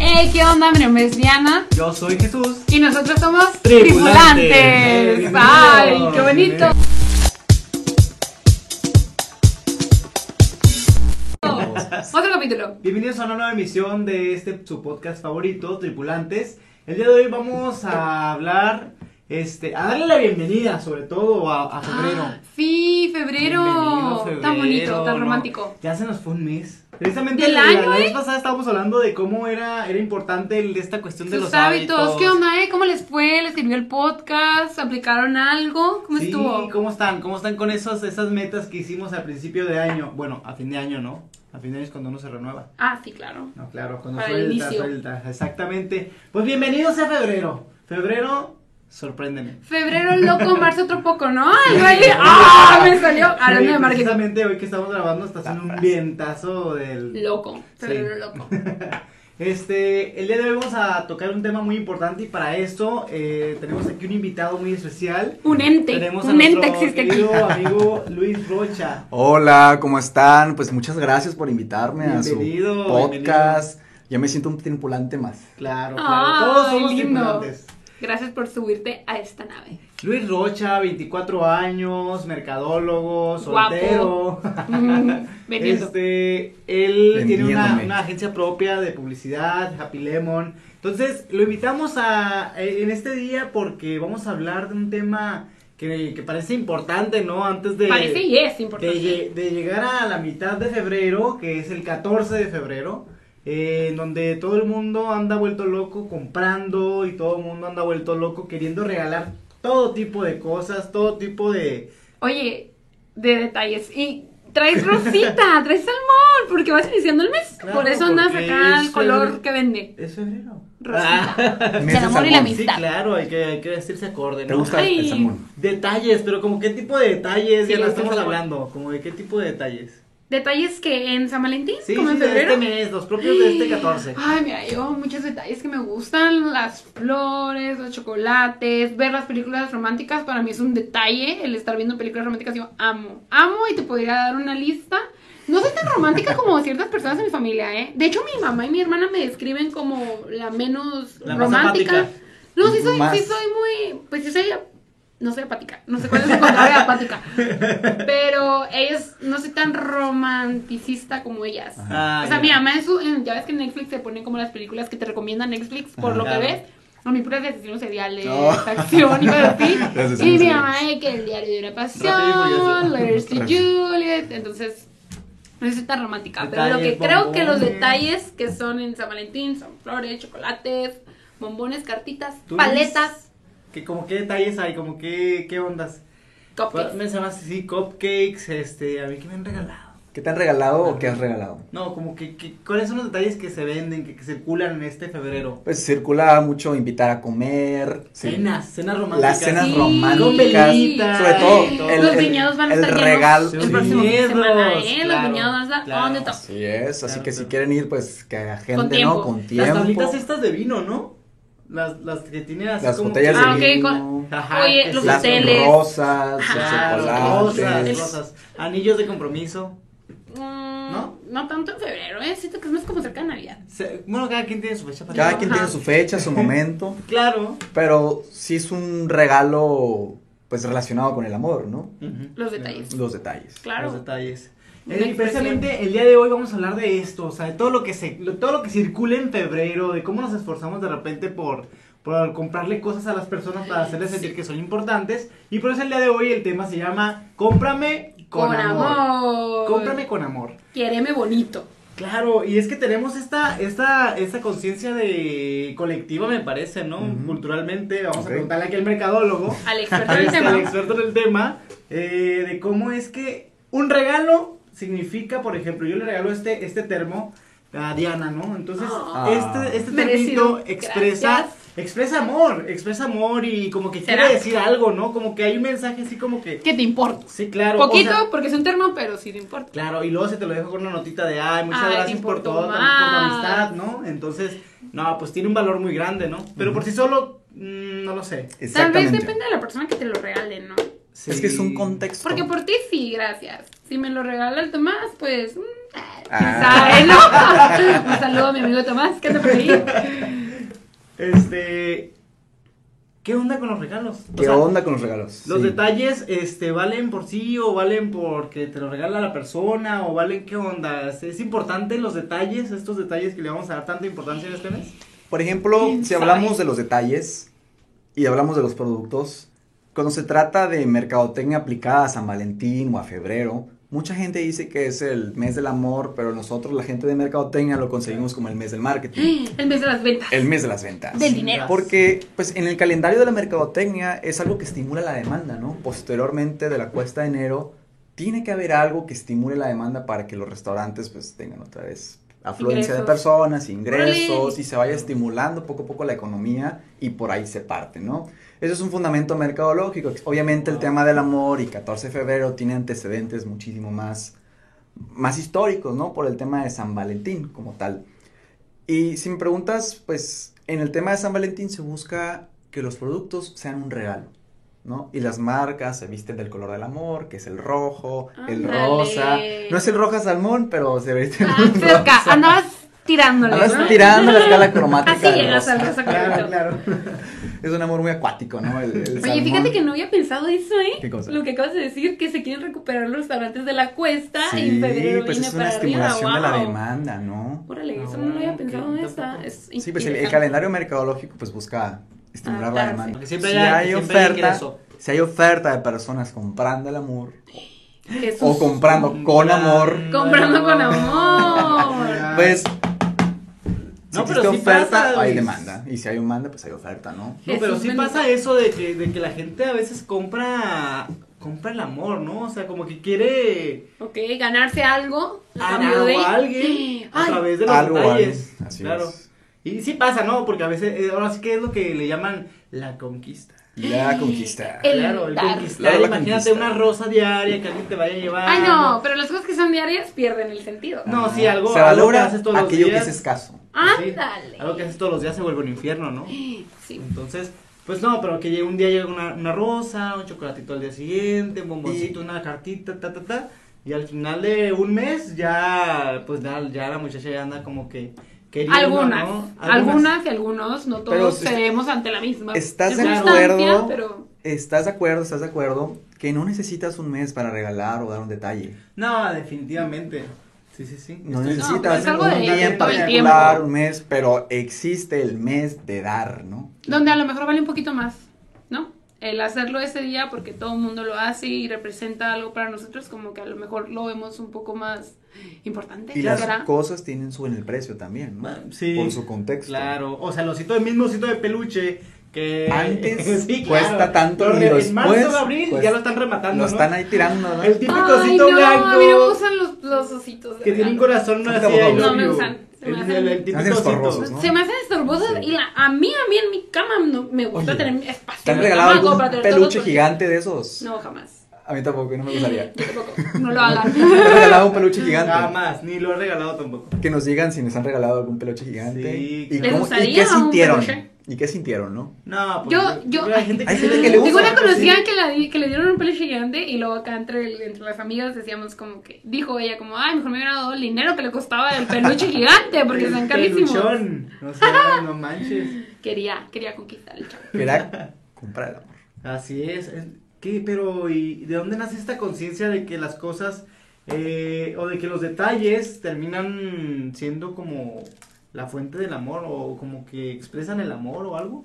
Hey, ¿qué onda? Mi nombre es Diana Yo soy Jesús. y nosotros somos Tripulantes. tripulantes. ¡Ay, qué bonito! Otro capítulo. Bienvenidos a una nueva emisión de este su podcast favorito, Tripulantes. El día de hoy vamos a hablar, este, a darle la bienvenida, sobre todo a, a febrero. Ah, Sí, febrero. Tan Bienvenido, febrero, bonito, tan ¿no? romántico. Ya se nos fue un mes. Precisamente Del la, año, la vez ¿eh? pasada estábamos hablando de cómo era, era importante el- esta cuestión de Sus los hábitos. hábitos. ¿Qué onda, eh? ¿Cómo les fue? ¿Les sirvió el podcast? ¿Aplicaron algo? ¿Cómo Sí, estuvo? ¿cómo están? ¿Cómo están con esos, esas metas que hicimos al principio de año? Bueno, a fin de año, ¿no? A fin de año es cuando uno se renueva. Ah, sí, claro. No, claro, cuando Para el suelta, inicio. suelta, exactamente. Pues bienvenidos a febrero. Febrero, sorpréndeme. Febrero loco, marzo otro poco, ¿no? El baile. ¡Ah! Me salió. Hablando de Oye, marketing. Precisamente hoy que estamos grabando está haciendo un vientazo del... Loco. Febrero Sí. loco. Este, el día de hoy vamos a tocar un tema muy importante y para esto eh, tenemos aquí un invitado muy especial. Un ente. Tenemos a Un ente nuestro existe aquí. querido amigo Luis Rocha. Hola, ¿cómo están? Pues muchas gracias por invitarme a Bienvenido, su podcast. Ya me siento un tripulante más. Claro, claro. Ay, Todos somos lindo. tripulantes. Gracias por subirte a esta nave. Luis Rocha, 24 años, mercadólogo, Guapo. soltero. Mm, Vendiendo. Este, él tiene una, Vendiéndome. una agencia propia de publicidad, Happy Lemon. Entonces, lo invitamos a en este día porque vamos a hablar de un tema que, que parece importante, ¿no? Antes de, Parece y es de, importante. lle- de llegar a la mitad de febrero, que es el 14 de febrero, eh, en donde todo el mundo anda vuelto loco comprando y todo el mundo anda vuelto loco queriendo regalar todo tipo de cosas, todo tipo de... Oye, de detalles. Y traes rosita, traes salmón, porque vas iniciando el mes. Claro, Por eso andas porque acá el es Ah. color febrero. que vende. Es febrero. Rosita. Me El hace amor y la salmón. Sí, amistad. claro, hay que, hay que vestirse acorde, ¿no? ¿Te gusta Ay. el salmón? Detalles, pero como qué tipo de detalles, Sí, ya le lo gusta el estamos sabor. hablando, como de qué tipo de detalles. Detalles que en San Valentín, Sí, como sí, en de febrero. este mes, los propios de este 14. Ay, mira, yo muchos detalles que me gustan, las flores, los chocolates, ver las películas románticas, para mí es un detalle el estar viendo películas románticas, yo amo, amo y te podría dar una lista. No soy tan romántica como ciertas personas de mi familia, ¿eh? De hecho, mi mamá y mi hermana me describen como la menos La más romántica. apática. No, sí soy, Más. sí soy muy, pues sí soy, no soy apática, no sé cuál es el contrario de apática, pero ellas, no soy tan romanticista como ellas. Ah, O sea, ya. mi mamá, en su- en- ya ves que en Netflix se ponen como las películas que te recomienda Netflix por Ajá. lo que Claro. ves. A mí puras de asesinos seriales, No. acción y cosas así. De asesinos Y mi seriales. mamá de que el diario de una Rápido y pasión, Furioso. Letters to Otra vez. Juliet, entonces no es tan romántica. pero lo que Detalles, creo que los bombones. detalles que son en San Valentín son flores, chocolates, bombones, cartitas, ¿Tú paletas, Que como qué detalles hay, como qué, qué ondas. Pues, cupcakes. Me llamas así, cupcakes, este, a mí que me han regalado. ¿Qué te han regalado o qué has regalado? No, como que, que- ¿cuáles son los detalles que se venden, que, que circulan en este febrero? Pues circula mucho invitar a comer. sí. Cenas, cenas románticas. Las cenas Sí. Con románticas. velitas. Sobre todo el, Los el- viñedos van a el estar llenos. regalo. El próximo fin de Viñedos, semana, ¿eh? los claro, viñedos van a estar claro. on the top. Así es, así Claro, que si claro. quieren ir, pues que Con agenden, tiempo. ¿no? Con Las tablitas tiempo. estas de vino, ¿no? Las, las que tienen así Las como botellas que- Ah, ok, de vino. con- Ajá, Oye, que los sí. Las hoteles. rosas, Ajá, los Claro, los chocolates. rosas, rosas. Anillos de compromiso. ¿No? ¿No? Mm, No tanto en febrero, ¿eh? Siento que es más como cerca de Navidad. Se- Bueno, cada quien tiene su fecha para Cada eso. quien Ajá. tiene su fecha, su momento. Claro. Pero sí es un regalo, pues relacionado con el amor, ¿no? Los detalles. Los detalles. Claro. Los detalles. Una Eh, y expresión. precisamente el día de hoy vamos a hablar de esto, o sea, de todo lo que se, lo- todo lo que circula en febrero, de cómo nos esforzamos de repente por, por comprarle cosas a las personas para hacerles sentir que son importantes. Y por eso el día de hoy el tema se llama Cómprame con, amor. Cómprame con amor. Quiereme bonito. Claro, y es que tenemos esta, esta, esta conciencia de colectiva, me parece, ¿no? Ujú. Culturalmente, vamos Ok. a preguntarle aquí al mercadólogo, Al experto del este, al tema. experto en el tema, eh, de cómo es que un regalo significa, por ejemplo, yo le regalo este, este termo a Diana, ¿no? Entonces, Ah. este, este Merecido. termito expresa, Gracias. expresa amor, expresa amor y como que ¿Será? quiere decir algo, ¿no? Como que hay un mensaje así como que, Que te importa. sí, claro. o Poquito, sea, porque es un termo, pero sí te importa. Claro, y luego se te lo dejo con una notita de, ay, muchas Ay, te gracias por importó todo, por tu más". amistad, ¿no? Entonces, no, pues tiene un valor muy grande, ¿no? Pero por sí solo, mm, no lo sé. Tal vez Exactamente. depende de la persona que te lo regale, ¿no? Es que es un contexto. Porque por ti sí, gracias. Si me lo regala el Tomás, pues mm, Ah. ¿Sabes, no? Un saludo a mi amigo Tomás, que anda por ahí. Este. ¿Qué onda con los regalos? O ¿Qué sea, onda con los regalos? ¿Los Sí. detalles este, valen por sí o valen porque te lo regala la persona o valen qué onda? ¿Es, es importante los detalles, estos detalles que le vamos a dar tanta importancia en este mes? Por ejemplo, ¿Quién si sabe? hablamos de los detalles y hablamos de los productos, cuando se trata de mercadotecnia aplicada a San Valentín o a febrero, mucha gente dice que es el mes del amor, pero nosotros, la gente de mercadotecnia, lo conseguimos como el mes del marketing, El mes de las ventas. el mes de las ventas. Del dinero. Porque, pues, en el calendario de la mercadotecnia es algo que estimula la demanda, ¿no? Posteriormente de la cuesta de enero, tiene que haber algo que estimule la demanda para que los restaurantes, pues, tengan otra vez afluencia de Ingresos. personas, ingresos, Órale. y se vaya estimulando poco a poco la economía, y por ahí se parte, ¿no? Eso es un fundamento mercadológico. Obviamente el Wow. tema del amor y 14 de febrero tiene antecedentes muchísimo más, más históricos, ¿no? Por el tema de San Valentín como tal. Y si me preguntas, pues en el tema de San Valentín se busca que los productos sean un regalo, ¿no? Y las marcas se visten del color del amor, que es el rojo, el Ándale. rosa. No es el roja salmón, pero se visten Ah, un cerca, rosa. andabas tirándole. Andas ¿no? tirando la escala cromática Así del llegas al rosa. rosa clarito. claro. Es un amor muy acuático, ¿no? El- el Oye, fíjate salmón. que no había pensado eso, ¿eh? ¿Qué cosa? Lo que acabas de decir, que se quieren recuperar los restaurantes de la cuesta y Sí, en febrero pues viene es para una arriba. estimulación de la ¡Guau! demanda, ¿no? Órale, eso no No, lo había ok, pensado en esta. tampoco. Es Sí, pues el, el interesante. calendario mercadológico pues busca estimular la Adaptarse. demanda. Porque siempre si haya- hay siempre haya oferta, ingreso. si hay oferta de personas comprando el amor Jesús. o comprando con amor, Comprando con amor. pues si Ah. No, pero sí existe oferta pasa, hay Luis. demanda y si hay demanda pues hay oferta, ¿no? No, pero Jesús sí bendito. pasa eso de que, de que la gente a veces compra compra el amor, ¿no? O sea, como que quiere Ok, ganarse algo. a cambio amar de- a alguien a Ay, través de los Algo, detalles. alguien, así claro. es. Y sí pasa, ¿no? Porque a veces, eh, ahora sí que es lo que le llaman la conquista. La conquista. El claro, el dar. conquistar. Claro, la Imagínate conquista. una rosa diaria que alguien te vaya a llevar. Ay, no, pero las cosas que son diarias pierden el sentido. No, sí, algo- Se algo que valora haces todos los aquello que días. es escaso. Pues Sí, Ándale. Algo que haces todos los días se vuelve un infierno, ¿no? Sí. Entonces, pues no, pero que llegue un día llega una, una rosa, un chocolatito al día siguiente, un bomboncito, una cartita, ta, ta, ta. Y al final de un mes ya, pues ya, ya la muchacha ya anda como que queriendo, Algunas, ¿no? algunas y algunos, no Pero todos es- cedemos ante la misma. ¿Estás de circunstancia, acuerdo? Pero ¿Estás de acuerdo? ¿Estás de acuerdo? Que no necesitas un mes para regalar o dar un detalle. No, definitivamente. Sí, sí, sí. No Estoy- necesito. necesitas es pues algo un de- día en todo el particular, tiempo. un mes, pero existe el mes de dar, ¿no? donde a lo mejor vale un poquito más, ¿no? El hacerlo ese día porque todo el mundo lo hace y representa algo para nosotros, como que a lo mejor lo vemos un poco más importante. Y ¿no las será? cosas tienen su en el precio también, ¿no? Ah, sí. Por su contexto. Claro, o sea, el osito, el mismo osito de peluche que Antes cuesta tanto Lo y re- En después marzo o abril cuesta. ya lo están rematando. Lo ¿no? están ahí tirando, ¿no? El típico Ay, osito no, blanco. a mí no me gustan los, los ositos. de Que tiene un verdad. corazón así. Son I como- love No, me you. gustan, se me El- hacen- El, el típico Hacen osito. estorbosos, ¿no? Se me hacen estorbosos Sí. y la, a mí, a mí en mi cama no, me gusta Oye, tener espacio. ¿Te han en mi regalado cama como algún para tener todo peluche todo. gigante de esos? No, jamás. A mí tampoco, no me gustaría. Yo tampoco, no lo hagan. ¿Te han regalado un peluche gigante? Jamás, ni lo he regalado tampoco. Que nos digan si nos han regalado algún peluche gigante. Sí, ¿Y, claro. cómo- ¿Les y gustaría qué un sintieron? peluche? ¿Y qué sintieron, no? No, pues, Yo, yo, creo que hay gente que, hay sí pues, gente que le Tengo gusta. Pues una sí. conocida que, la di- que le dieron un peluche gigante y luego acá entre, entre las amigas decíamos como que, dijo ella como, ay, mejor me hubiera dado el dinero que le costaba el peluche gigante porque El están carísimos. peluchón. No sé, no manches. Quería, quería conquistar el chavo. Era comprar el amor. Así es. es- ¿Qué? Pero, ¿y de dónde nace esta conciencia de que las cosas eh, o de que los detalles terminan siendo como la fuente del amor o como que expresan el amor o algo?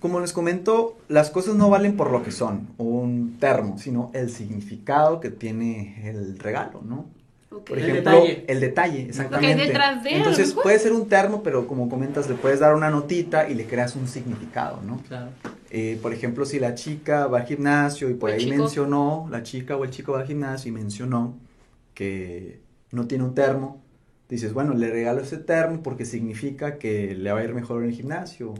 Como les comento, las cosas no valen por lo que son, o un termo, sino el significado que tiene el regalo, ¿no? Ok. Por El ejemplo, detalle. el detalle, exactamente. detrás de, a lo Entonces mejor. puede ser un termo, pero como comentas, le puedes dar una notita y le creas un significado, ¿no? Claro. Eh, por ejemplo, si la chica va al gimnasio y por El ahí chico. mencionó, la chica o el chico va al gimnasio y mencionó que no tiene un termo, dices, bueno, le regalo ese termo porque significa que le va a ir mejor en el gimnasio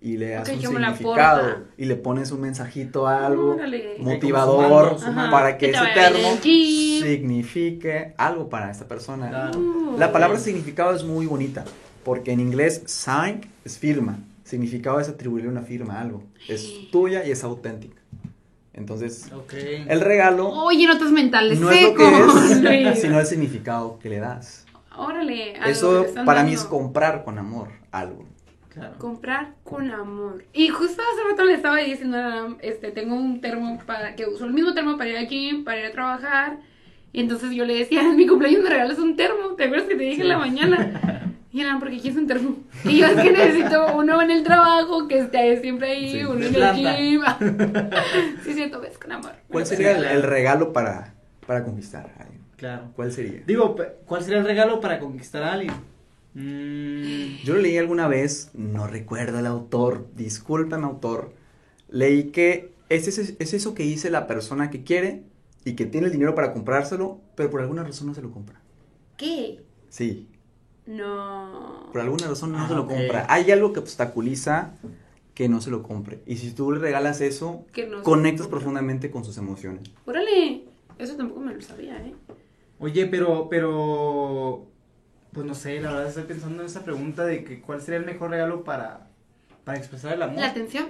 y le das Ok, un yo me la significado porta. y le pones un mensajito a algo Órale. motivador Como sumando, Ajá. para que Que te ese vaya bien en termo el gym. signifique algo para esta persona. Claro. Uh. La palabra significado es muy bonita, porque en inglés sign es firma. Significado es atribuirle una firma a algo. Es tuya y es auténtica. Entonces, Ok. el regalo Oye, notas mentales no es lo secos. que es, Luis. sino el significado que le das. Órale. algo que Eso te están para mí es dando. comprar con amor algo. Claro. Comprar con amor. Y justo hace rato le estaba diciendo a Adam, este, tengo un termo para, que uso el mismo termo para ir al gym, para ir a trabajar. Y entonces yo le decía, en mi cumpleaños me regalas un termo. ¿Te acuerdas que te dije en la mañana? Y Adam, porque quieres un termo. Y yo es que necesito uno en el trabajo, que esté siempre ahí, Sí, uno de en el planta. gym. sí, siento, ves con amor. ¿Cuál Sí, sería el- claro. el regalo para, para conquistar a alguien? Claro. ¿Cuál sería? Digo, pe- ¿cuál sería el regalo para conquistar a alguien? Mm, Yo lo leí alguna vez, no recuerdo el autor, discúlpame autor, leí que es, ese- es eso que dice la persona que quiere y que tiene el dinero para comprárselo, pero por alguna razón no se lo compra. ¿Qué? Sí, No. por alguna razón no Ah, se lo ok. compra. Hay algo que obstaculiza que no se lo compre. Y si tú le regalas eso, Que no se conectas compra. profundamente con sus emociones. Órale. Eso tampoco me lo sabía, ¿eh? Oye, pero, pero, pues no sé, la verdad estoy pensando en esa pregunta de que cuál sería el mejor regalo para, para expresar el amor. La atención.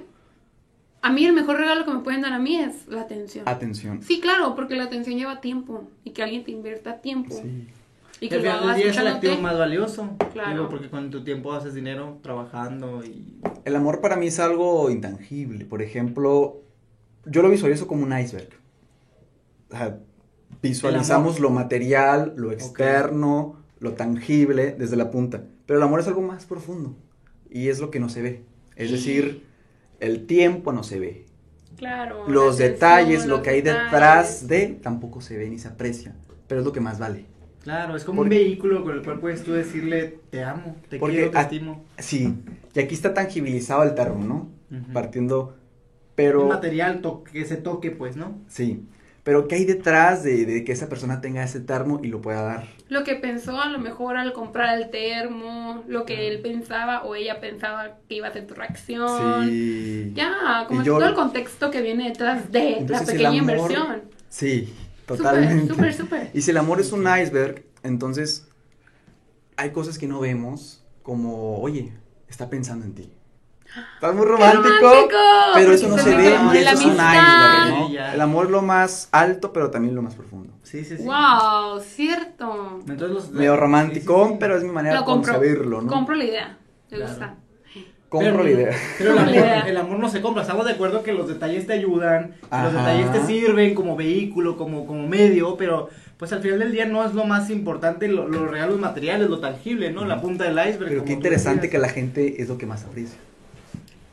A mí el mejor regalo que me pueden dar a mí es la atención. Atención. Sí, claro, porque la atención lleva tiempo y que alguien te invierta tiempo Sí. y Y que al lo final del hagas día es el escuchándote. activo más valioso. Claro. Digo, porque con tu tiempo haces dinero trabajando y... El amor para mí es algo intangible. Por ejemplo, yo lo visualizo como un iceberg. O sea, visualizamos lo material, lo externo, lo tangible desde la punta. Pero el amor es algo más profundo y es lo que no se ve. Es decir, el tiempo no se ve. Claro. la Los atención, detalles, lo los que hay detalles. detrás de, tampoco se ve ni se aprecia. Pero es lo que más vale. Claro, es como Porque- un vehículo con el cual puedes tú decirle te amo, te Porque quiero, te a- estimo. Sí, y aquí está tangibilizado el termo, ¿no? Mm. Ujú. Partiendo, Un pero... material to- que se toque, pues, ¿no? Sí, pero ¿qué hay detrás de, de que esa persona tenga ese termo y lo pueda dar? Lo que pensó a lo mejor al comprar el termo, lo que él pensaba o ella pensaba que iba a ser tu reacción. Sí. Ya, como Y yo- todo el contexto que viene detrás de la Entonces, el pequeña amor- inversión. Sí, Súper, totalmente. súper, súper. Y si el amor es un iceberg, entonces hay cosas que no vemos, como, oye, está pensando en ti. Estás muy romántico, pero eso no Porque se está ve como y la eso es un amistad. iceberg, ¿no? Sí, ya. El amor es lo más alto, pero también lo más profundo. Sí, sí, sí. Wow, cierto. Entonces los- Medio romántico, sí, sí, sí. pero es mi manera Lo de compro. concebirlo, ¿no? Compro la idea. Me Claro. gusta. Compro Pero- la idea. Pero el Como la amor, idea. el amor no se compra. Estamos de acuerdo que los detalles te ayudan, que los Ajá. detalles te sirven como vehículo, como, como medio, pero pues al final del día no es lo más importante lo- los regalos materiales, lo tangible, ¿no? La punta del iceberg. Pero como qué tú interesante que decías. la gente es lo que más aprecia.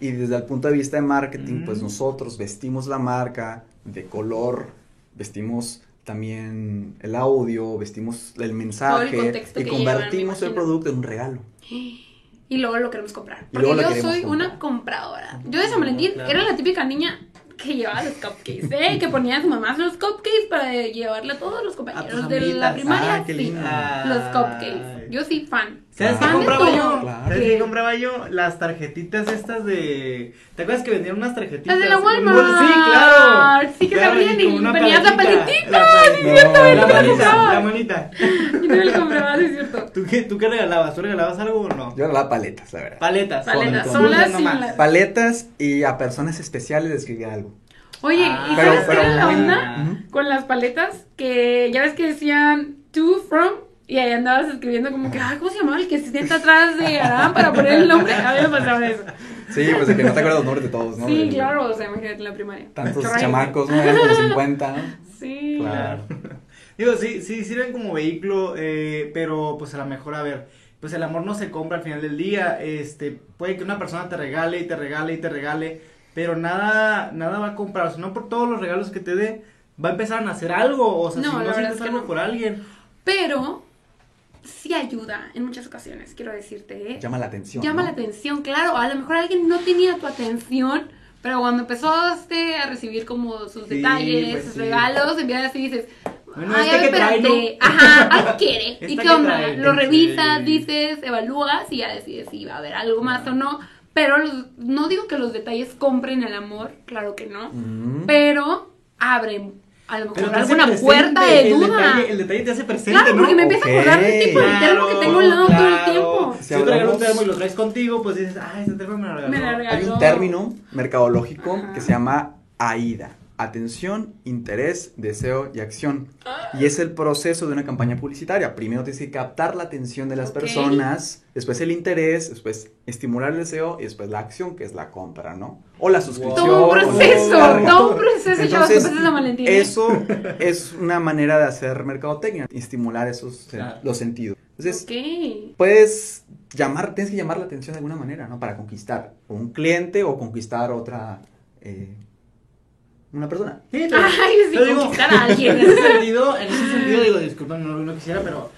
Y desde el punto de vista de marketing, pues Mm. nosotros vestimos la marca de color, vestimos también el audio, vestimos el mensaje contexto y que llevan, me convertimos el imagino. producto en un regalo. Y luego lo queremos comprar. Y Porque luego lo yo queremos soy comprar. una compradora. Yo de San Valentín Claro. era la típica niña que llevaba los cupcakes, ¿eh? que ponía a su mamá los cupcakes para llevarle a todos los compañeros de la amiguitas. primaria. Ah, qué sí. lindo. Los Ay. cupcakes. Yo sí, fan. ¿Sabes qué Fan de compraba todo. yo? Claro. ¿Sabes ¿Qué? qué compraba yo? Las tarjetitas estas de... ¿Te acuerdas que vendían unas tarjetitas? Las de la Un Walmart. bol- Sí, claro. Sí, que se Claro, abrían y con una venían la paletita. paletita. sí, cierto, La, él la lo manita, compraba. la manita. Y no le compraba, sí, es cierto. ¿Tú qué, ¿Tú qué regalabas? ¿Tú regalabas algo o no? Yo la paletas, la verdad. Paletas. Paletas, Con- con- solas Dulces sin nomás. la- Paletas y a personas especiales les escribí algo. Oye, Ah, ¿y pero- sabes pero qué era la muy- onda? Ujú. con las paletas que ya ves que decían to, from y ahí andabas escribiendo como que, ah, ¿cómo se llamaba el que se sienta atrás de Aram para poner el nombre? A mí me pasaba eso. Sí, pues de que no te acuerdas los nombres de todos, Pues ¿no? Sí, De- claro, o sea, imagínate en la primaria. Tantos Chorrales. chamacos, ¿no? Eran como 50, ¿no? Sí. Claro. Digo, sí, sí sirven como vehículo, eh, pero pues a lo mejor, a ver, pues el amor no se compra al final del día, este, puede que una persona te regale y te regale y te regale, pero nada, nada va a comprarse, no por todos los regalos que te dé, va a empezar a nacer algo, o sea, No, si la no verdad sientes es que algo no. por alguien, Pero sí ayuda en muchas ocasiones, quiero decirte, ¿eh? Llama la atención. Llama ¿no? la atención, claro. A lo mejor alguien no tenía tu atención, pero cuando empezaste a recibir como sus Sí, detalles, pues sus sí. regalos, empiezas y dices, Bueno, ay, este a ver, que trae, espérate, ajá, ay, quiere. Esta ¿Y qué que onda? trae, este, Lo sí. revisas, dices, evalúas y ya decides si va a haber algo más o no. Pero los- no digo que los detalles compren el amor, claro que no, Mm. pero abren a lo pero mejor te hace alguna presente, puerta de el duda. Detalle, el detalle te hace presente, Claro, ¿no? porque me Ok. empiezo a acordar de este tipo de termo que tengo al lado todo el claro. tiempo. Si Si, te regalas hablamos- un termo y lo traes contigo, pues dices, ah, este termo me lo regaló. Me la regaló. Hay un término mercadológico Ajá. que se llama AIDA. atención, interés, deseo y acción. Ah. Y es el proceso de una campaña publicitaria. Primero tienes que captar la atención de las Ok. personas, después el interés, después estimular el deseo y después la acción, que es la compra, ¿no? O la suscripción. Todo un o la proceso, descarga. todo un proceso, chavos, que Entonces, pases la Valentina. Eso es una manera de hacer mercadotecnia, estimular esos sen- Claro. los sentidos. Entonces, Ok. puedes llamar, tienes que llamar la atención de alguna manera, ¿no? Para conquistar un cliente o conquistar otra eh, una persona. Sí, te- Ay, te si digo, conquistar a En alguien. ese sentido, en ese sentido digo, disculpa, no, no quisiera, pero,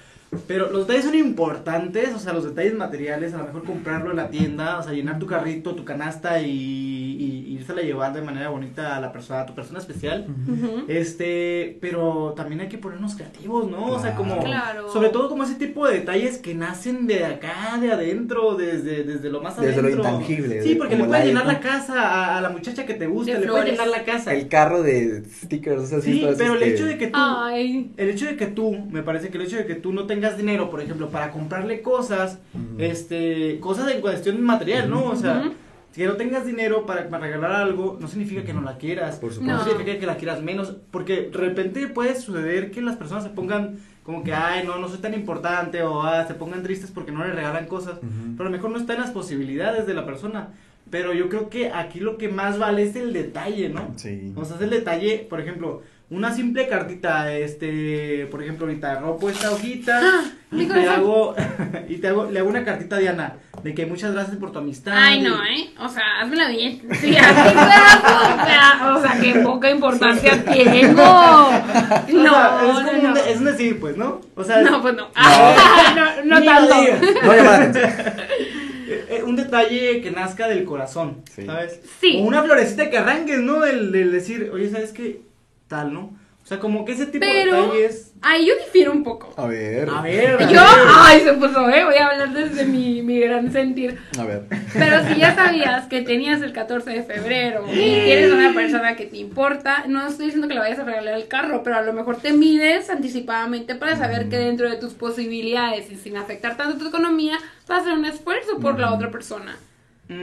pero los detalles son importantes, o sea, los detalles materiales, a lo mejor comprarlo en la tienda, o sea, llenar tu carrito, tu canasta y, y, y írsela a llevar de manera bonita a la persona, a tu persona especial. Ujú. Este, pero también hay que ponernos creativos, ¿no? O sea, como, Claro. sobre todo como ese tipo de detalles que nacen de acá, de adentro, desde, desde lo más Desde adentro. lo intangible. Sí, de- porque como le puedes el llenar aire, la casa a, a la muchacha que te gusta, De le puedes flores. llenar la casa. El carro de stickers, así. Sí, todas pero el este- hecho de que tú, Ay. el hecho de que tú, me parece que el hecho de que tú no tengas dinero, por ejemplo, para comprarle cosas, Ujú. este, cosas en cuestión material, ¿no? O sea, Ujú. que no tengas dinero para, para regalar algo, no significa que no la quieras. Por No. No. supuesto. significa que la quieras menos, porque de repente puede suceder que las personas se pongan como que, ay, no, no soy tan importante, o ah, se pongan tristes porque no le regalan cosas, Ujú. pero a lo mejor no está en las posibilidades de la persona. Pero yo creo que aquí lo que más vale es el detalle, ¿no? Sí. O sea, es el detalle, por ejemplo, una simple cartita, este, por ejemplo, ahorita rompo esta hojita Ah, mi y te corazón. hago, y te hago, le hago una cartita a Diana, de que muchas gracias por tu amistad. Ay, y- no, ¿eh? O sea, hazmela bien. Sí, así pedazo, o sea, o sea, qué poca importancia tengo. O No, sea, es como no, un no. de- es un decir, pues, ¿no? O sea, es- No, pues no. Ah, no, no Ni tanto. idea. No llama la atención. eh, eh, un detalle que nazca del corazón, Sí. ¿sabes? Sí. O una florecita que arranques, ¿no? Del, del decir, oye, ¿sabes qué? Tal, ¿no? O sea, como que ese tipo Pero- de detalles. Ay, yo difiero un poco. A ver. A ver, a Yo, ver. ay, se puso, ¿eh? Voy a hablar desde mi, mi gran sentir. A ver. Pero si ya sabías que tenías el 14 de febrero y tienes una persona que te importa, no estoy diciendo que le vayas a regalar el carro, pero a lo mejor te mides anticipadamente para saber que dentro de tus posibilidades y sin afectar tanto tu economía, vas a hacer un esfuerzo por la otra persona.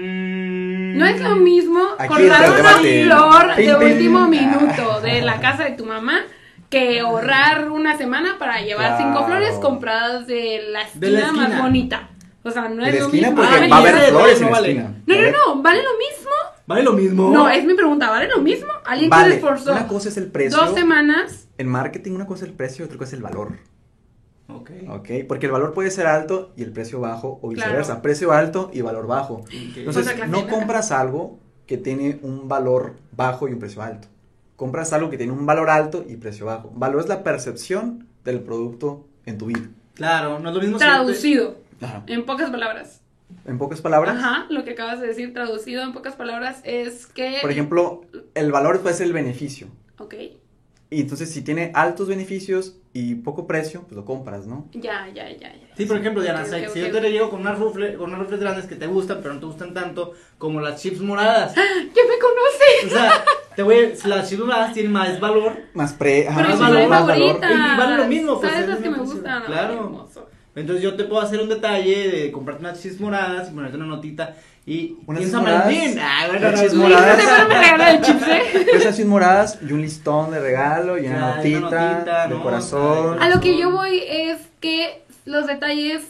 Mm. No es lo mismo Aquí cortar entra una el debate. Ah. flor Tin, de tin. último minuto de la casa de tu mamá que Ah. ahorrar una semana para llevar cinco Claro. flores compradas de la esquina, De la más esquina. bonita. O sea, no De es la lo esquina mismo. porque Vale, va a ya haber sé, flores en no la vale. esquina. No, A no, ver. no, ¿vale lo mismo? ¿Vale lo mismo? No, es mi pregunta, ¿vale lo mismo? Alguien que se Vale. esforzó Una cosa es el precio. dos semanas. En marketing una cosa es el precio y otra cosa es el valor. Ok. ¿Ok? Porque el valor puede ser alto y el precio bajo o viceversa. Claro. Precio alto y valor bajo. Entonces, O sea, que al no final- compras algo que tiene un valor bajo y un precio alto. Compras algo que tiene un valor alto y precio bajo. Valor es la percepción del producto en tu vida. Claro, no es lo mismo si- Traducido, Ajá. en pocas palabras. En pocas palabras, Ajá, lo que acabas de decir, traducido en pocas palabras, es que... por ejemplo, el valor puede ser el beneficio. Ok, Y entonces, si tiene altos beneficios y poco precio, pues lo compras, ¿no? ya, ya, ya, ya. Sí, por ejemplo, Diana, Ok, si- ok, si ok. yo te llego con unas rufles, con unas rufles grandes que te gustan, pero no te gustan tanto, como las chips moradas. ¿Qué me conoce? O sea, te voy a- las chips moradas tienen más valor. Más pre... ajá, Pero mis más sí, valor, flores más favoritas. Y vale lo mismo, pues, ¿Sabes es las que me beneficio. gustan? Ay, Claro. hermoso. Entonces yo te puedo hacer un detalle de comprarte unas chips moradas y ponerte una notita y Unas piensa chips más moradas, bien. Ah, bueno, unas no, chips es- moradas. Sí, pero me regalaron el chips, ¿eh? Pues así moradas y un listón de regalo y una Ah, y notita, una notita, de ¿no? corazón. A lo que yo voy es que los detalles,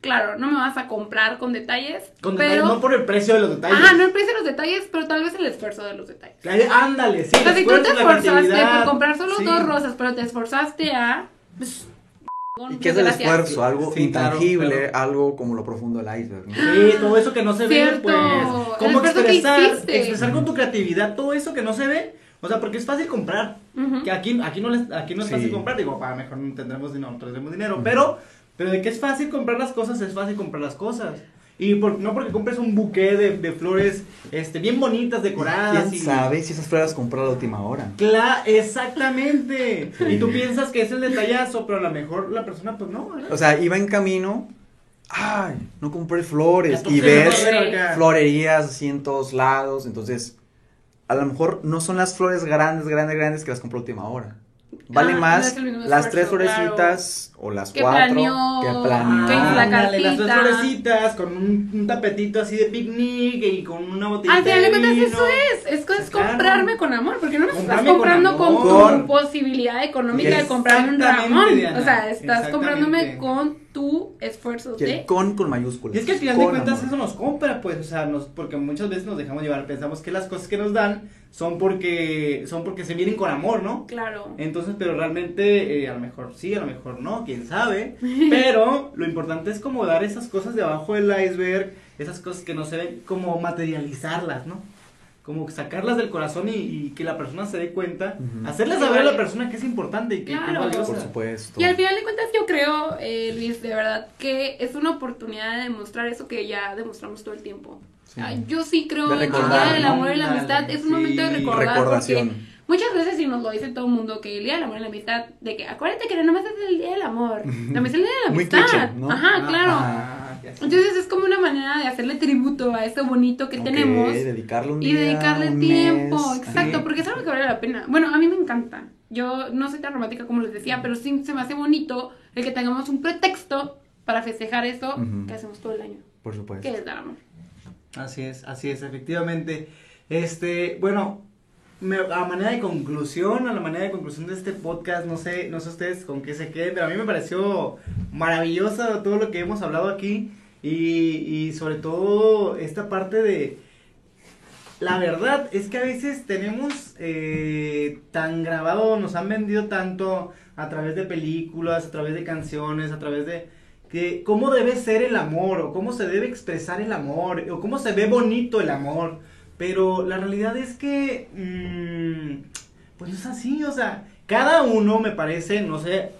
claro, no me vas a comprar con detalles, Con pero... detalles, no por el precio de los detalles. Ajá, no el precio de los detalles, pero tal vez el esfuerzo de los detalles. Ay, Ándale, sí. O sea, si tú esfuerzo, te la esforzaste creatividad. por comprar solo Sí. dos rosas, pero te esforzaste a. pues, ¿Y qué es el Gracias. esfuerzo? Algo Sí, claro, intangible, claro. algo como lo profundo del iceberg. ¿no? Sí, todo eso que no se Cierto. ve, El pues. ¿Cómo esfuerzo que expresar, hiciste. expresar con tu creatividad todo eso que no se ve? O sea, porque es fácil comprar. Ujú. Que aquí, aquí no, les, aquí no es Sí. fácil comprar. Digo, para mejor no tendremos dinero, no tendremos dinero. Pero, pero de que es fácil comprar las cosas, es fácil comprar las cosas. Y por- no porque compres un buqué de, de flores este, bien bonitas, decoradas. ¿Quién y- sabe si esas flores las compró a la última hora? Cla- exactamente. Y tú piensas que es el detallazo, pero a lo mejor la persona, pues no. ¿verdad? O sea, iba en camino, ay, no compré flores. Y Entonces, ves no, pero acá- florerías así en todos lados. Entonces, a lo mejor no son las flores grandes, grandes, grandes que las compró a última hora. Ah, no Vale es más el mismo las esfuerzo, tres claro. florecitas o las Que cuatro planeó, que que hizo planeó. la ah, Ándale, las dos cartita. florecitas con un, un tapetito así de picnic y con una botella Al final de cuentas eso es, es, co- es comprarme con amor, porque no me estás comprando con, tu Comprarme con amor. posibilidad económica de comprarme un Exactamente, ramón. Diana, o sea, estás exactamente. comprándome con tu esfuerzo Que el de... con con mayúsculas. Y es que al final de Con cuentas amor. eso nos compra, pues, o sea, nos, porque muchas veces nos dejamos llevar, pensamos que las cosas que nos dan son porque, son porque se vienen con amor, ¿no? Claro. Entonces, pero realmente, eh, a lo mejor sí, a lo mejor no, quién sabe. Pero lo importante es como dar esas cosas debajo del iceberg, esas cosas que no se ven, como materializarlas, ¿no? Como sacarlas del corazón y, y que la persona se dé cuenta, Ujú. hacerle Sí, saber a vale. la persona que es importante y que, que es Claro. valiosa. Por supuesto. Y al final de cuentas yo creo, eh, Luis, de verdad, que es una oportunidad de demostrar eso que ya demostramos todo el tiempo. Sí. Ah, Yo sí creo De en el recordar, Día del Amor y la ándale, Amistad. Es un momento de sí. recordar. porque Recordación. Muchas veces sí nos lo dice todo el mundo que el día del amor y la amistad, de que acuérdate que no nomás es el día del amor, también es el día de la Muy amistad. cliché, ¿no? Ajá, Ah, claro. ah, ya sé. Entonces es como una manera de hacerle tributo a esto bonito que Ok, tenemos dedicarle un y día, dedicarle un tiempo. mes, Exacto, ajá. porque es algo que vale la pena. Bueno, a mí me encanta. Yo no soy tan romántica como les Mm. decía, pero sí se me hace bonito el que tengamos un pretexto para festejar eso Ujú. que hacemos todo el año, Por supuesto. que es dar amor. Así es, así es, efectivamente. Este, bueno, me- a manera de conclusión, a la manera de conclusión de este podcast, no sé, no sé ustedes con qué se queden, pero a mí me pareció maravilloso todo lo que hemos hablado aquí y, y sobre todo esta parte de... La verdad es que a veces tenemos eh, tan grabado, nos han vendido tanto a través de películas, a través de canciones, a través de, que cómo debe ser el amor o cómo se debe expresar el amor o cómo se ve bonito el amor. Pero la realidad es que, mm, pues no es así, o sea, cada uno me parece, no sé,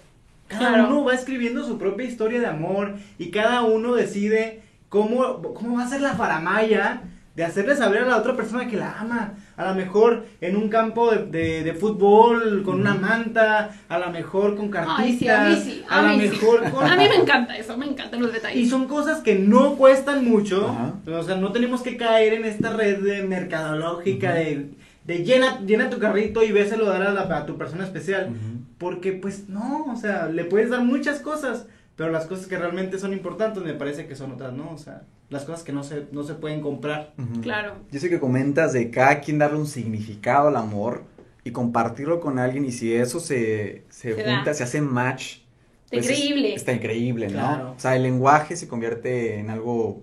cada Claro. uno va escribiendo su propia historia de amor y cada uno decide cómo, cómo va a ser la faramaya de hacerle saber a la otra persona que la ama. A lo mejor en un campo de, de- de fútbol, con una manta, a lo mejor con cartitas, Ay, sí, a mí sí, a a lo mí sí. mejor con... A mí me encanta eso, me encantan los detalles. Y son cosas que no cuestan mucho. Ajá. O sea, no tenemos que caer en esta red de mercadológica Ujú. de, de llena, llena tu carrito y véselo dar a, la- a tu persona especial. Ujú. Porque pues no, o sea, le puedes dar muchas cosas, pero las cosas que realmente son importantes me parece que son otras, ¿no? O sea, las cosas que no se, no se pueden comprar. Ujú. Claro. Yo sé que comentas de cada quien darle un significado al amor y compartirlo con alguien y si eso se, se Se junta, da. se hace match. Está pues es- increíble. está increíble, ¿no? Claro. O sea, el lenguaje se convierte en algo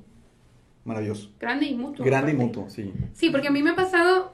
maravilloso. Grande y mutuo. Grande y aparte. mutuo, sí. Sí, porque a mí me ha pasado.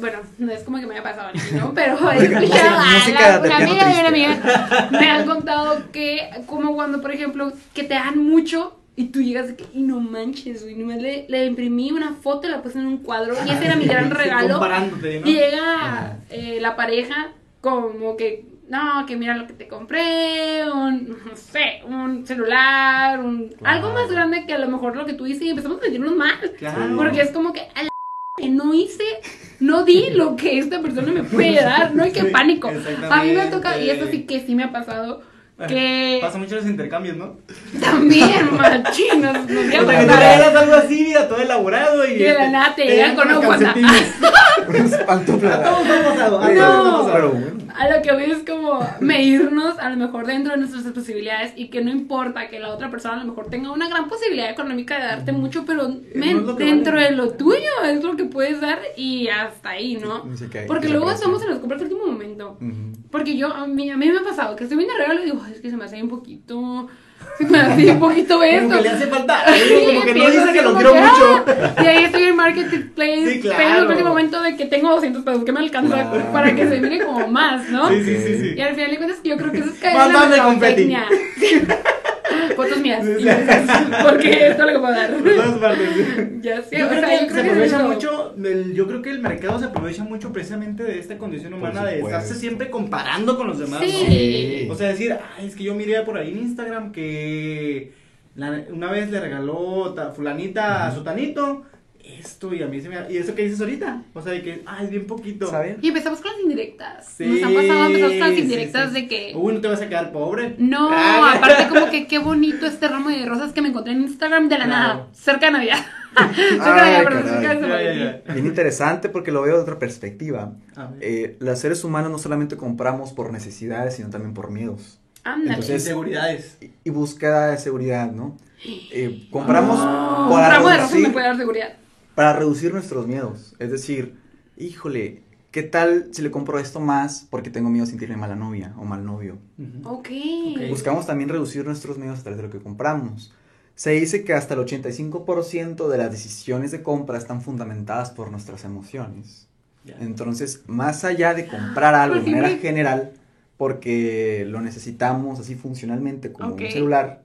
Bueno, no es como que me haya pasado a mí, ¿no? Pero he Música- escuchado música a la- de una piano amiga de una triste. amiga. Me han contado que, como cuando, por ejemplo, que te dan mucho y tú llegas de que, y no manches, güey. Nomás le, le imprimí una foto, la puse en un cuadro y ese era mi gran regalo. Comparándote, ¿no? Y llega Ajá. eh, la pareja como que, no, que mira lo que te compré, un, no sé, un celular, un, Claro. algo más grande que a lo mejor lo que tú dices y empezamos a sentirnos mal. Claro. Porque es como que, a la que no hice, no di lo que esta persona me puede dar, no hay que Sí, pánico. A mí me ha exactamente. tocado, y eso sí que sí me ha pasado, que Pasa mucho los intercambios, ¿no? también, machín, nos, nos O llevan sea, que tú para- regalas algo así, mira, todo elaborado y... Y de la nada te llegan con unos una guasa. calcetines. Unos pantuflas. A todos nos ha pasado, a Eh, todos nos ha pasado. Pero bueno. A lo que voy es como medirnos a lo mejor dentro de nuestras posibilidades y que no importa que la otra persona a lo mejor tenga una gran posibilidad económica de darte mucho, pero men, lo que dentro de vale. lo tuyo es lo que puedes dar y hasta ahí, ¿no? Ni siquiera- Porque ni luego siquiera- estamos en los compras de último momento. Ujú. Porque yo, a mí, a mí me ha pasado que estoy viendo el regalo y digo, "Ay, es que se me hace un poquito, se me hace un poquito esto. Como que le hace falta. Sí, Como que no pienso dice así que lo como quiero que, mucho. "Ah". Y ahí estoy en Marketplace. Sí, Pero en el claro. último momento de que tengo 200 pesos que me alcanza Claro. para que se mire como más, ah, ¿no? Sí, sí, sí, Y sí. al final de cuentas, yo creo que eso es caer en Más la vale confeti. mercadotecnia. Fotos mías. y esas, Porque esto es lo que puedo dar. Por todas partes. Ya sé, Yo o creo sea, que yo creo se que es aprovecha eso. mucho, del- yo creo que el mercado se aprovecha mucho precisamente de esta condición Por humana de supuesto. estarse siempre comparando con los demás. Sí. Sí. ¿no? O sea, decir, "Ay, es que yo miré por ahí en Instagram que la- una vez le regaló ta- fulanita a Sotanito esto y a mí se me... Y eso que dices ahorita, o sea, de que, ay, es bien poquito. ¿Saben? Y empezamos con las indirectas. Sí, Nos han pasado, empezamos con las sí, indirectas sí. de que. Uy, no te vas a quedar pobre. No, Ah, aparte como que qué bonito este ramo de rosas que me encontré en Instagram de la Claro. nada, cerca de Navidad. cerca de Navidad, perdón, caray. cerca de San Ya, ya, Valentín. ya. Bien interesante porque lo veo de otra perspectiva. A ver. Eh, los seres humanos no solamente compramos por necesidades, sino también por miedos. Ándale. Entonces- Inseguridades. y, y búsqueda de seguridad, ¿no? Eh, compramos Ah. un para, ramo de rosa reducir, me puede dar seguridad. para reducir nuestros miedos. Es decir, híjole, ¿qué tal si le compro esto más porque tengo miedo a sentirme mala novia o mal novio? Ujú. Ok. Ok. Buscamos también reducir nuestros miedos a través de lo que compramos. Se dice que hasta el 85% de las decisiones de compra están fundamentadas por nuestras emociones. Ya. Entonces, más allá de comprar algo Pues de manera siempre- general, porque lo necesitamos así funcionalmente como Ok. un celular,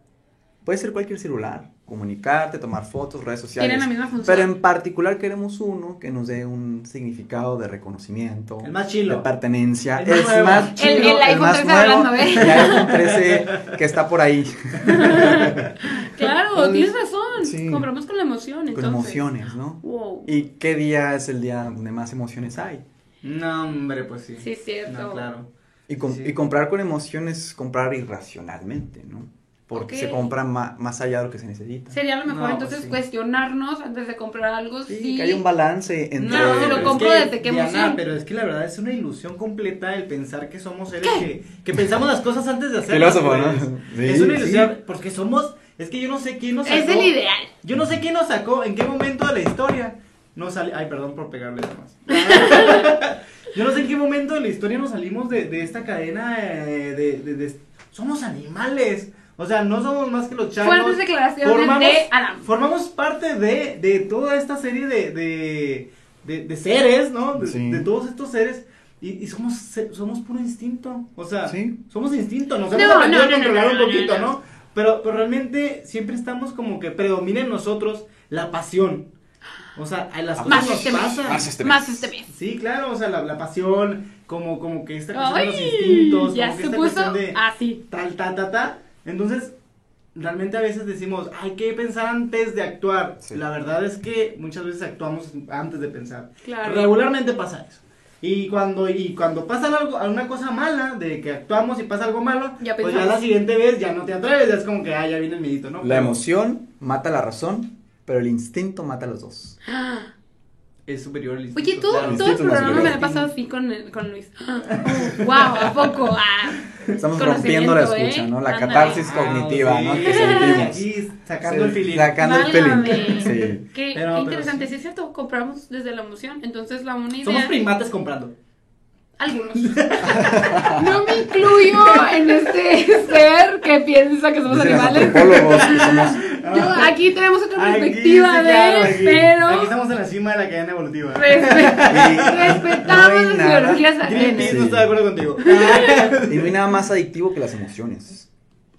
puede ser cualquier celular, comunicarte, tomar fotos, redes Tienen sociales. la misma función. Pero en particular queremos uno que nos dé un significado de reconocimiento, El más de chilo. pertenencia. El más es nuevo. más El- chido, el iPhone más 13 nuevo, hablando, ¿eh? El iPhone 13 que está por ahí. Claro, tienes razón. Sí. Compramos con la emoción, entonces. Con emociones, ¿no? Wow. ¿Y qué día es el día donde más emociones hay? No, hombre, pues sí. Sí, es cierto. No, claro. Y, com- Sí. y comprar con emociones es comprar irracionalmente, ¿no? Porque se Ok. compra ma- más allá de lo que se necesita. Sería lo mejor No, entonces sí. cuestionarnos antes de comprar algo. Sí, Sí, que hay un balance entre... No, se lo pero es compro que, desde que Diana, emoción. pero es que la verdad es una ilusión completa el pensar que somos seres que, que pensamos las cosas antes de hacerlas. Filósofo, ¿no? pues. Sí, es una sí. ilusión porque somos, es que yo no sé quién nos sacó. Es el ideal. Yo no sé quién nos sacó, en qué momento de la historia nos sale, ay, perdón por pegarle nomás. yo no sé en qué momento de la historia nos salimos de, de esta cadena eh, de, de- de- somos animales. O sea, no somos más que los charros Fuertes declaraciones de Adam. formamos parte de, de toda esta serie de, de, de- de seres, ¿no? De, Sí. de todos estos seres. Y, y somos, se- somos puro instinto. O sea, Sí. somos instinto. Nos No, hemos aprendido no, a no, controlar no, no, un poquito, no, ¿no? Pero, pero realmente siempre estamos como que predomina en nosotros la pasión. O sea, a las Más cosas nos este mes. pasan. Más este mes. Más este mes. Sí, claro, o sea, la, la pasión, como, como que esta cuestión de los Ay, instintos, ya como que se esta puso cuestión de así. tal, ta, ta, ta. Entonces, realmente a veces decimos, hay que pensar antes de actuar. Sí. La verdad es que muchas veces actuamos antes de pensar. Claro. Regularmente pasa eso. Y cuando, y cuando pasa algo, alguna cosa mala, de que actuamos y pasa algo malo, Ya pues ya pensamos. la siguiente vez ya no te atreves, ya es como que, ah, ya viene el miedito, ¿no? La emoción mata la razón, pero el instinto mata a los dos. Ah. Es superior al Oye, tú, claro. todo el Instinto más programa me lo he biológico. pasado así con, el- con Luis. wow, ¿a poco? Ah. Estamos rompiendo la Conocimiento, escucha, ¿eh? ¿no? La Ándale. catarsis Ah, cognitiva, sí. ¿no? Que sentimos. Aquí sacando Sí, el feeling. Sacando el Válgame. feeling. Sí. Qué, qué Pero- pero interesante, sí. sí. es cierto, compramos desde la emoción, entonces la única Somos idea... primates comprando. Algunos. No me incluyo en este ser que piensa que somos Dicen los animales. antropólogos que somos Yo, Ah. aquí tenemos otra Aquí, perspectiva sí, de, claro, aquí. pero Aquí estamos en la cima de la cadena evolutiva. respe- no respetamos hay las nada. ideologías Greenpeace ajenas. no está de acuerdo contigo. Y no hay nada más adictivo que las emociones.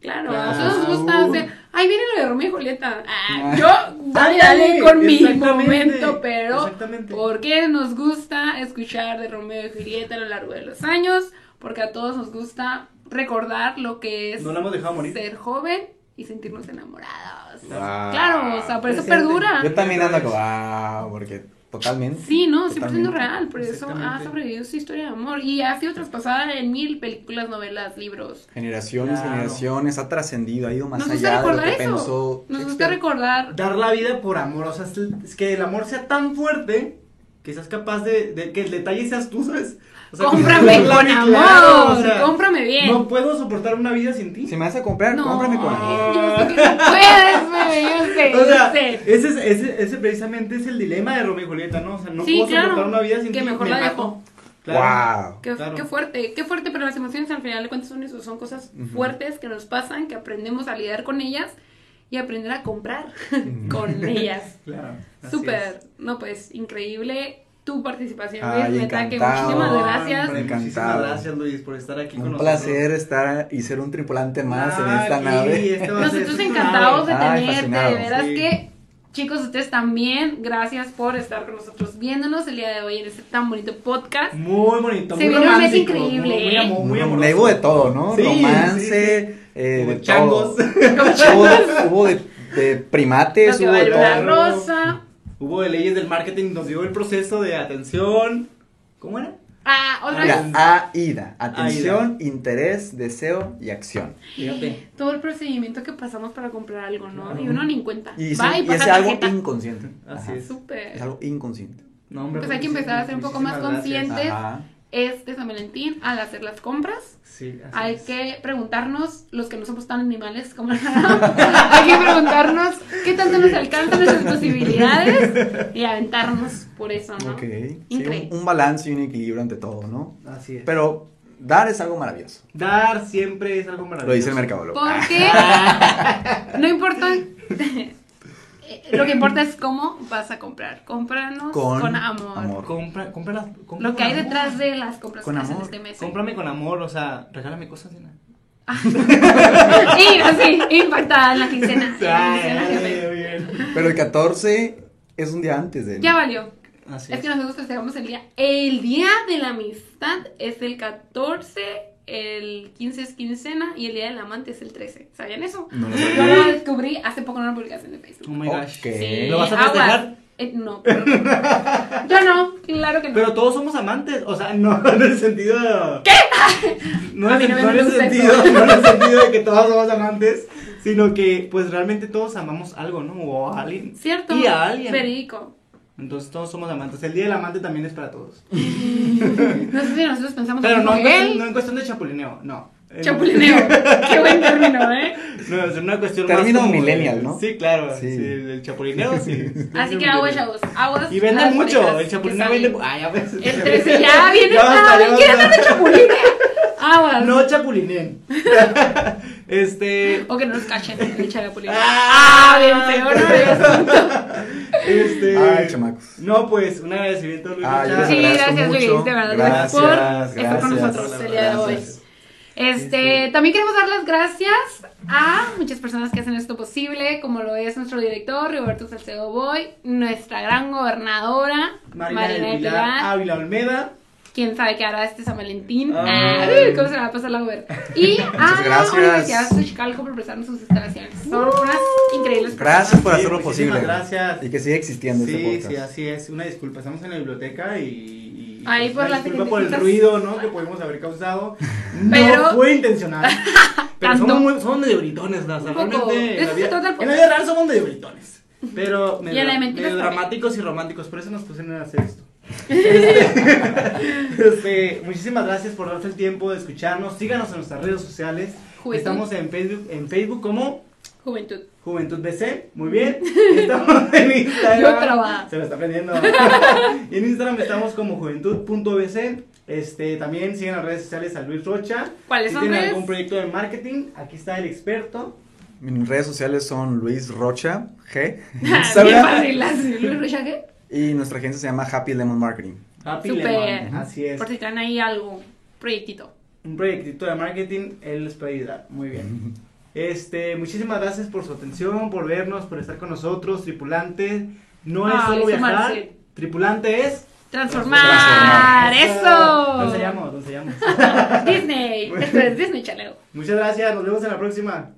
Claro, Claro. a nosotros nos gusta hacer. Ay, viene lo de Romeo y Julieta. Ah, Ah. yo, dale, dale con mi Exactamente, momento, pero. exactamente. Porque nos gusta escuchar de Romeo y Julieta a lo largo de los años? Porque a todos nos gusta recordar lo que es No la hemos dejado morir. ser joven y sentirnos enamorados. Wow. Claro, o sea, por eso Presente. perdura. Yo también ando como, ah, porque totalmente. Sí, no, 100% Totalmente. real, por eso ha Exactamente. sobrevivido su historia de amor y ha sido traspasada en mil películas, novelas, libros. Generaciones, Claro. generaciones, ha trascendido, ha ido más Nos gusta allá de lo recordar que eso. pensó. Nos gusta Shakespeare. recordar. Dar la vida por amor, o sea, es- es que el amor sea tan fuerte que seas capaz de, de que el detalle seas tú, ¿sabes? O sea, cómprame que- con amor, Claro, o sea, cómprame bien. No puedo soportar una vida sin ti. Si me vas a comprar, cómprame con amor. Yo sé que no puedes, bebé, yo sé, O yo sea, sé. ese, es- ese, ese precisamente es el dilema de Romeo y Julieta, ¿no? O sea, no Sí, puedo claro, soportar una vida sin que ti. mejor me la mato. dejo. Claro. Wow. Qué, Claro. qué fuerte, qué fuerte, pero las emociones al final de cuentas son eso, son cosas Ujú. fuertes que nos pasan, que aprendemos a lidiar con ellas y aprender a comprar Ujú. con ellas. Claro. así es. Súper, no pues, increíble tu participación, Ay, Luis, neta, que encantado. muchísimas No, gracias. hombre, muchísimas Encantado. gracias, Luis, por estar aquí con Un nosotros. placer estar y ser un tripulante más en Ah, esta sí, nave. esto va a Nosotros ser- esto es una encantados de Ay, tenerte, de fascinados, veras sí. que chicos, ustedes también, gracias por estar con nosotros viéndonos el día de hoy en este tan bonito podcast. Muy bonito. Se muy viene un mes romántico, increíble, Muy, muy, ¿eh? amo- muy amoroso. Me hubo de todo, ¿no? Sí, Romance, eh, Como de changos. todo. Hubo, hubo de, de Lo primates, que hubo de vale una todo. rosa. Hubo de leyes del marketing, nos dio el proceso de atención. ¿Cómo era? Ah, otra Mira. vez. La AIDA, atención, interés, deseo y acción. Fíjate. Todo el procedimiento que pasamos para comprar algo, ¿no? Claro. Y uno ni en cuenta. Y, es- Va y y es pasa algo tarjeta. inconsciente. Así Ajá. es. Súper. Es algo inconsciente. No, hombre, Pues hay que muchísimas- empezar a ser un poco muchísimas más gracias. conscientes. Ajá. este San Valentín al hacer las compras. Sí, así Hay es. que preguntarnos, los que no somos tan animales como hay que preguntarnos qué tanto nos alcanzan nuestras posibilidades y aventarnos por eso, ¿no? Ok. Sí, un- Increíble. un, balance y un equilibrio ante todo, ¿no? Así es. Pero dar es algo maravilloso. Dar siempre es algo maravilloso. Lo dice el mercadólogo. Porque no importa. Ah. Eh, Lo que importa es cómo vas a comprar. Cómpranos con, Con amor. amor. Compra, compra las- compra Lo que con hay amor. detrás de las compras Con que hacen amor. este mes. Cómprame con amor, o sea, regálame cosas, nena. Y así, impactada en la quincena. Ay, bien. Pero el 14 es un día antes de... Ya valió. Así Es es. que nosotros festejamos el día. El día de la amistad es el 14, el 15 es quincena y el día del amante es el 13. ¿Sabían eso? No lo Yo sabía. lo descubrí hace poco en una publicación de Oh Facebook. my gosh. Ok. Sí, ¿Lo vas a aguas. festejar? Eh, no. claro que no. Yo no, claro que no. Pero todos somos amantes, o sea, no en el sentido. ¿Qué? No A en mí el, no me no en el gusta sentido, eso. no en el sentido de que todos somos amantes, sino que pues realmente todos amamos algo, ¿no? O a alguien. Cierto. Y a alguien. Federico. Entonces todos somos amantes. El día del amante también es para todos. No sé si nosotros pensamos Pero en no, en cuestión- él. no en cuestión de chapulineo, no. Eh, Chapulineo. Qué buen término, ¿eh? No, es una cuestión Término más como- millennial, ¿no? Sí, claro. Sí. Sí. el chapulineo, sí. Así que aguas, chapulineo. aguas. Aguas. Y a vende las mucho. parejas El que chapulineo salen. vende. mu- Ah, ya ves. El 13 ya viene. Ya basta, Ah, ya ¿Quiere basta. hablar de chapulineo? Aguas. No chapulinen. este. O que no nos cachen en el chapulín. Ah, bien peor, ¿no? El Este. Ay, chamacos. No, pues, un agradecimiento, Luis. Ay, Ah, yo les Muchas Sí, agradezco gracias, mucho. Luis, de verdad, gracias por estar con nosotros gracias. el día de hoy. Este, Este- también queremos dar las gracias a muchas personas que hacen esto posible, como lo es nuestro director Roberto Salcedo Boy, nuestra gran gobernadora Marina, del del Pilar, Ah. Ávila Olmeda. quién sabe qué hará este San Valentín, Ah. Ay. Ay, cómo se la va a pasar la gober. Y a la gracias. Universidad de Chicalco por prestarnos sus instalaciones. Son Uh. unas increíbles Gracias por Sí, hacerlo muchísimas posible. gracias. Y que siga existiendo este Sí, podcast. sí, así es. Una disculpa, estamos en la biblioteca y. y- Ahí y por una las disculpa por el secretitas. ruido, ¿no? Que podemos haber causado. Pero- No fue intencional. Pero Tanto. somos, muy, somos medio britones, ¿no? O sea, Un poco. realmente. De En eso la, se trata el vida, en la podcast. vida real somos medio britones. Pero medio, la de mentiras medio también. dramáticos y románticos. Por eso nos pusieron a hacer esto. Este, este, muchísimas gracias por darte el tiempo de escucharnos. Síganos en nuestras redes sociales. Juventud. Estamos en Facebook, en Facebook como Juventud. Juventud BC, muy bien. Estamos en Instagram. Yo trabada. Se lo está aprendiendo. y en Instagram estamos como juventud.bc. Este, también siguen las redes sociales a Luis Rocha. ¿Cuáles si son tienen redes? algún proyecto de marketing, aquí está el experto. Mis redes sociales son Luis Rocha G. en Ah, Bien Instagram. fácil, así, Luis Rocha, ¿qué? y nuestra agencia se llama Happy Lemon Marketing. Happy Súper. Lemon. Así es. Por si traen ahí algo, proyectito. Un proyectito de marketing, él les puede ayudar. Muy bien. Este, muchísimas gracias por su atención, por vernos, por estar con nosotros, tripulante. No es Ay, solo viajar, sumarse. tripulante es Transformar, Nos eso. hallamos, nos hallamos. Disney, esto es Disney Channel. Muchas gracias, nos vemos en la próxima.